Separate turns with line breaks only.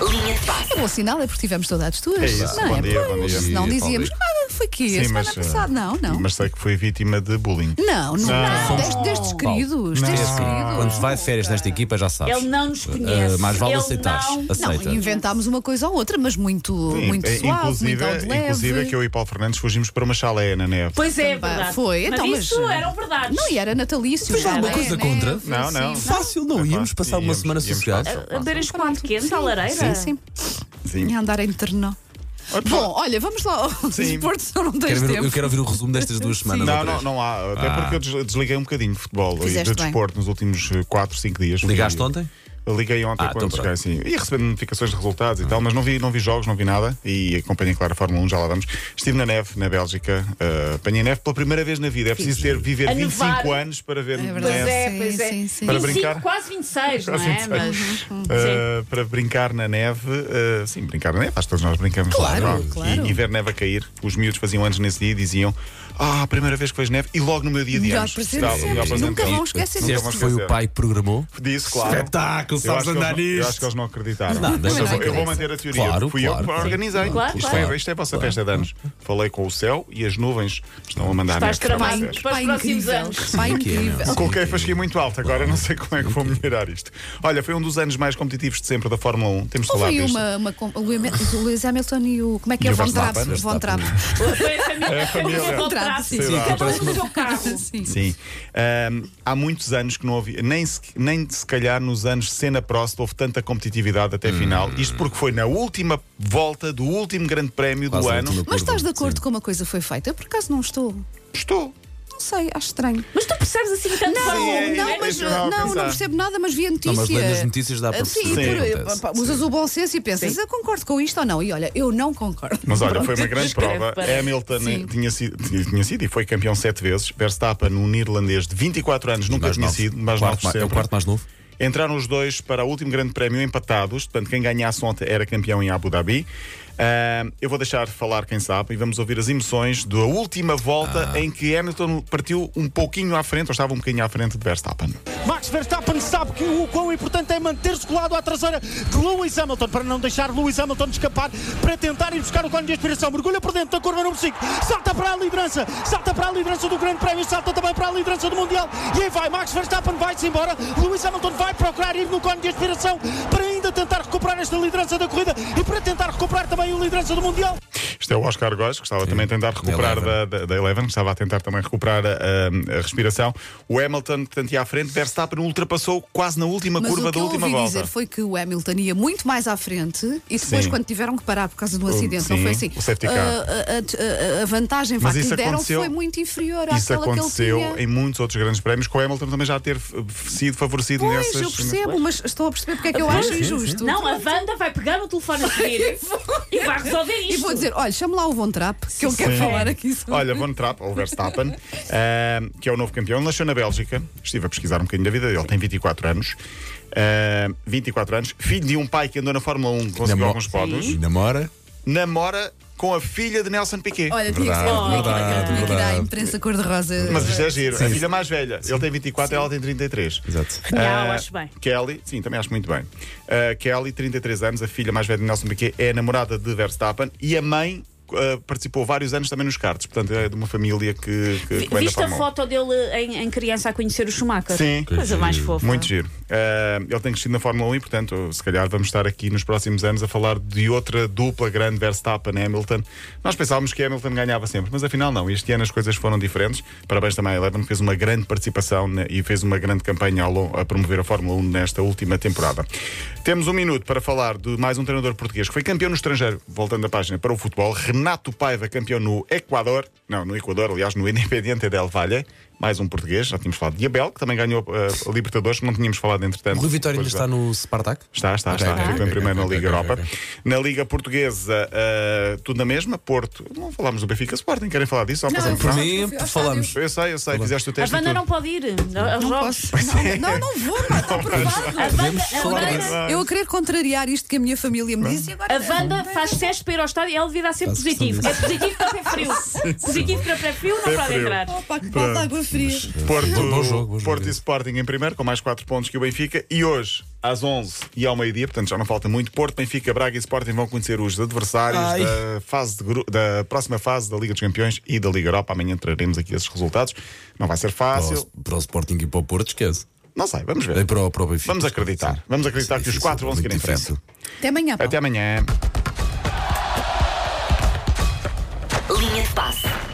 Linha de passe.
É bom sinal, é porque tivemos toda a textura.
É isso,
não
bom
é?
dia, bom
Pois,
dia.
Senão
Bom dia,
dizíamos,
Paulo.
ah, foi que
Sim,
semana
mas, eh,
passada. Não, não.
Mas sei que foi vítima de bullying.
Não, não.
Não.
Deste- Destes queridos,
Não.
destes queridos.
É assim, Quando se vai de férias nesta equipa, já sabes.
Ele não
Eh,
nos conhece.
mas vale
Ele
aceitares.
não-
Não,
Aceita.
inventámos uma coisa ou outra, mas muito,
Sim,
muito
é,
suave,
inclusive,
muito ao de leve.
inclusive é que eu e Paulo Fernandes fugimos para uma chaleia na neve.
Pois é, é
Também
verdade.
foi, então,
mas
mas-
isso eram verdades.
Não, e era natalício.
Fez
já,
alguma
né?
coisa
Né?
contra?
Não, não.
Sim,
Fácil, não
Epá,
íamos passar uma
íamos-
semana
íamos
sociais.
passar.
A beiras quatro quentes à lareira.
é Sim, sim. E
Sim.
assim, andar em terno. Bom, olha, vamos lá ao desporto, senão não tens
Quero ver-
tempo.
eu quero ouvir o resumo destas duas semanas.
Não,
ou
não,
três.
não há. Até porque eu des- desliguei um bocadinho de futebol e
Ah. Fizeste
de
bem.
desporto nos últimos 4, 5 dias.
Ligaste
Fui-
ontem?
Liguei ontem
Ah,
quando
então
cheguei assim. E recebendo notificações de resultados e tal, mas não vi, não vi jogos, não vi nada. E acompanhei, claro, a Fórmula 1, já lá vamos. Estive na neve, na Bélgica. Uh, apanhei neve pela primeira vez na vida. É preciso ter, viver
A
25
nevar.
anos para ver
É verdade.
Pois
neve.
é,
Sim,
pois é.
sim, sim. Uhum,
Para
25,
brincar?
Quase 26, não
Quase
é?
26.
Mas,
Uh, Então, para brincar na neve, uh, sim, brincar na neve, acho que todos nós brincamos
Claro,
lá, não é?
claro.
E, e ver neve a cair. Os miúdos faziam anos nesse dia e diziam: Ah, a primeira vez que vejo neve, e logo no meu dia de
Melhor
anos.
presente
Estava-
sempre.
melhor presente
Nunca
de
vão
sempre.
esquecer
Nunca
disso.
vão
Este foi o
esquecer.
pai que programou.
Disso, claro. Eu
Espetáculo, sabes
acho que eles
andar
não- Eu acho
nisto.
que eles não acreditaram.
Não,
Mas
eu
eu,
deixa
vou- eu vou
acreditar.
manter a teorria.
Claro,
Fui eu
claro,
que
sim.
organizei.
Claro,
isto,
claro.
É, isto é a vossa festa de anos. Falei com o céu e as nuvens estão a mandar neve
Estás
para
tramado.
vocês.
Para os
Pá,
próximos
incrível.
anos.
Pá,
Sim, que é, não.
incrível.
Coloquei a fasquia muito alta, agora não sei como é que vou melhorar isto. Olha, foi um dos anos mais competitivos de sempre da Fórmula 1. Temos de falar
Houve aí
disto.
uma, uma com- o Lewis- o Lewis Hamilton e o. Como é que
E
é?
o
Von
Verstappen,
Trapp. Von Trapp.
Verstappen.
Foi a família.
é família.
Foi o traço.
Sim,
sim.
um Cada um no seu carro.
Sim.
Sim. Ahm, há muitos anos que não havia, nem se, nem se calhar nos anos Senna Prost houve tanta competitividade até a
Hum.
final. Isto porque foi na última volta do último grande prémio
Quase
do
a
ano.
última.
Mas estás de acordo com como a coisa foi feita? Eu por acaso não estou.
Estou.
Não sei, acho estranho.
Mas tu percebes assim tanto
Não,
Fórmula 1,
é,
não,
é
mas
isso que eu estava
não,
a
não
pensar.
percebo nada, mas vi a notícia.
Não, mas lendo as notícias dá para
Ah, Sim,
perceber o que
por-
acontece.
pá, usas o bom senso e pensas, eu concordo com isto ou não? E olha, eu não concordo.
Mas olha, foi uma
Pronto,
grande
descreve,
prova.
parece.
Hamilton eh, tinha sido, tinha- tinha sido e foi campeão sete vezes. Verstappen, um neerlandês de 24 anos, nunca
Mais
tinha
novo.
sido, mas
Quarto
não
ma- é o quarto mais novo.
Entraram os dois para o último grande prémio empatados, portanto, quem ganhasse ontem era campeão em Abu Dhabi. Ah, eu vou deixar falar quem sabe e vamos ouvir as emoções da última volta em que Hamilton partiu um pouquinho à frente, ou estava um bocadinho à frente de Verstappen.
Max Verstappen sabe que o quão importante é manter-se colado à traseira de Lewis Hamilton para não deixar Lewis Hamilton escapar para tentar ir buscar o cone de aspiração. Mergulha por dentro da curva número 5, salta para a liderança, salta para a liderança do Grande Prémio, salta também para a liderança do Mundial. E aí vai, Max Verstappen vai-se embora. Lewis Hamilton vai procurar ir no cone de aspiração para ainda tentar recuperar esta liderança da corrida e para tentar recuperar também a liderança do Mundial.
Isto é o Oscar Góes, que estava também a tentar recuperar da,
Eleven.
da, da Eleven, que estava a tentar também recuperar a, a- a respiração. O Hamilton, portanto, ia à frente, Verstappen o ultrapassou quase na última
Mas
curva
o que
da
eu
última
ouvi
volta.
dizer foi que o Hamilton ia muito mais à frente e depois,
Sim.
quando tiveram que parar por causa de um acidente, não
sim,
foi assim?
o safety car.
ah, A, a- a- a vantagem vá,
Mas
que
isso
lhe deram
aconteceu-
foi muito inferior
Isso
àquela que ele
aconteceu
tinha.
em muitos outros grandes prémios, com o Hamilton também já ter f- f- sido favorecido
Pois,
nessas.
eu percebo, mas estou a perceber porque é que eu
Sim,
acho
sim,
injusto.
Não, a Wanda vai pegar no telefone a seguir e vai resolver isto.
E vou dizer, olha, chama lá o Von Trapp, que eu quero
Sim.
falar aqui sobre
um- Olha, Von Trapp, ou Verstappen, eh, que é o novo campeão, nasceu na Bélgica. Estive a pesquisar um bocadinho da vida dele, tem 24 anos. Eh, 24 anos, filho de um pai que andou na Fórmula 1, conseguiu
Namo-
alguns pódios.
E namora?
Namora com a filha de Nelson Piquet.
Oh, Olha, tinha que ser
Verdade,
bonito,
verdade,
tinha que ir à
verdade.
imprensa cor-de-rosa.
Mas isto é giro. A filha mais velha, ele tem 24, ela tem 33.
Exato.
Não,
Ah,
acho bem.
Kelly, sim, também acho muito bem. Ah, Kelly, 33 anos, a filha mais velha de Nelson Piquet, é a namorada de Verstappen e a mãe ah, participou vários anos também nos karts. Portanto, é de uma família que, é que, que vem da
Viste a
Fórmula 1.
foto dele em, em criança a conhecer o Schumacher?
Sim.
Coisa mais fofa.
Muito giro. Ah, ele tem crescido na Fórmula 1 e, portanto, se calhar vamos estar aqui nos próximos anos a falar de outra dupla grande Verstappen-Hamilton. Nós pensávamos que Hamilton ganhava sempre, mas afinal não. Este ano as coisas foram diferentes. Parabéns também à Eleven, que fez uma grande participação né, e fez uma grande campanha ao longo- a promover a Fórmula 1 nesta última temporada. Temos um minuto para falar de mais um treinador português que foi campeão no estrangeiro, voltando a página para o futebol, Renato Paiva, campeão no Equador, não, no Equador, aliás, no Independiente del Valle, mais um português, já tínhamos falado de Abel, que também ganhou eh, a Libertadores, não tínhamos falado entretanto.
O Rui Vitória ainda
Depois da-
está no Spartak?
Está, está,
Ok,
está.
ok,
Ficou em
ok,
primeiro na
ok,
Liga
ok,
Europa.
ok.
Na Liga Portuguesa, eh, tudo na mesma. Porto, não falámos do Benfica Sporting, querem falar disso? Só
Não,
passando
eu
por
Por
alto.
mim,
Eu fui ao
falamos.
Eu sei, eu sei, fizeste o
A
teste. e
Wanda
tudo.
não pode ir aos
Não
jogos.
posso. Não, não, não vou, mas está aprovado.
A Wanda,
Podemos
a
falar
Wanda-
disso.
Eu a querer contrariar isto que a minha família me disse e agora.
a Wanda faz teste para ir ao estádio e ela devia dar sempre
Faz questão
positivo. É positivo para pé frio. Positivo para pé frio, não
Pé
pode
frio.
entrar.
Opa, que pode água fria.
Porto,
Bom- bom jogo, bom jogo.
Porto e Sporting em primeiro, com mais 4 pontos que o Benfica. E hoje, às 11 e ao meio-dia, portanto já não falta muito, Porto, Benfica, Braga e Sporting vão conhecer os adversários
Ai.
da, fase de gru- da próxima fase da Liga dos Campeões e da Liga Europa. Amanhã traremos aqui esses resultados. Não vai ser
Para
fácil.
o, para o Sporting e para o Porto, esquece.
Não sei, vamos
É
ver.
para o, para o Benfica.
Vamos acreditar. Vamos acreditar
Sim,
que os
sim,
quatro
sim,
vão seguir em
muito difícil.
frente.
Até amanhã. Paulo.
Até amanhã.
Linha de passe.